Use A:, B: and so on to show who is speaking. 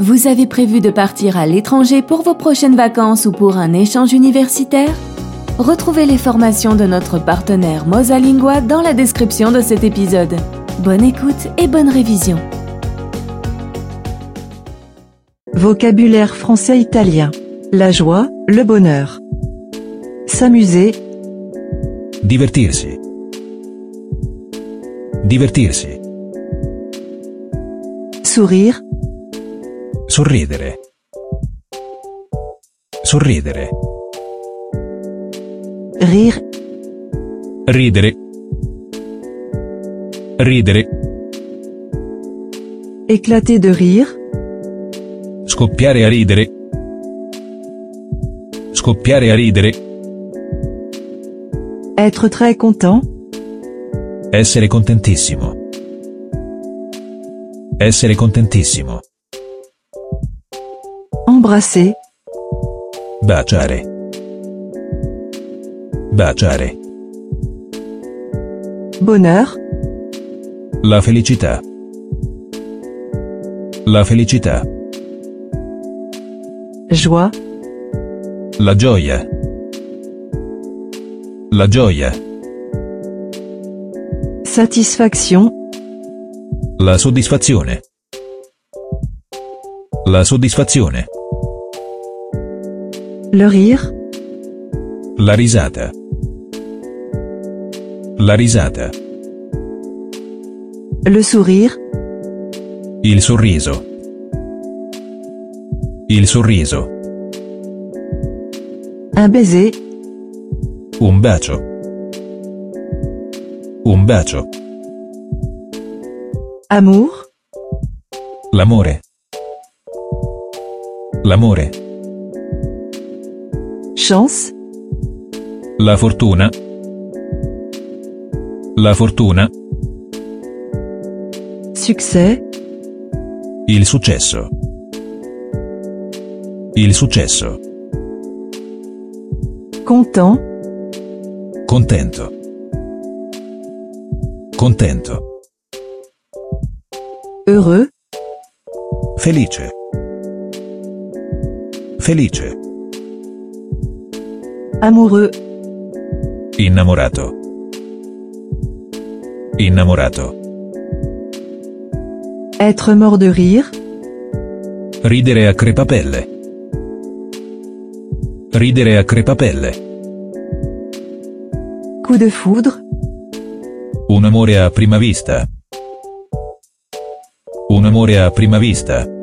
A: Vous avez prévu de partir à l'étranger pour vos prochaines vacances ou pour un échange universitaire Retrouvez les formations de notre partenaire Mosalingua dans la description de cet épisode. Bonne écoute et bonne révision.
B: Vocabulaire français-italien. La joie, le bonheur. S'amuser,
C: Divertirsi. Divertirsi.
B: sourire,
C: Sorridere. Sorridere.
B: rire,
C: Ridere. Ridere.
B: éclater de rire,
C: Scoppiare a ridere. Scoppiare a ridere.
B: être très content,
C: Essere contentissimo. Essere contentissimo.
B: embrasser,
C: Baciare. Baciare.
B: bonheur,
C: La felicità. La felicità.
B: joie,
C: La gioia. La gioia.
B: satisfaction,
C: La soddisfazione. La soddisfazione.
B: le rire,
C: La risata. La risata.
B: le sourire,
C: Il sorriso. Il sorriso.
B: un baiser,
C: Un bacio. Un bacio.
B: amour,
C: L'amore. L'amore.
B: chance,
C: La fortuna. La fortuna.
B: succès,
C: Il successo. Il successo.
B: content,
C: Contento. Contento.
B: heureux,
C: Felice. Felice.
B: amoureux,
C: Innamorato. Innamorato.
B: être mort de rire,
C: Ridere a crepapelle. Ridere a crepapelle.
B: coup de foudre,
C: Un amore a prima vista. Un amore a prima vista.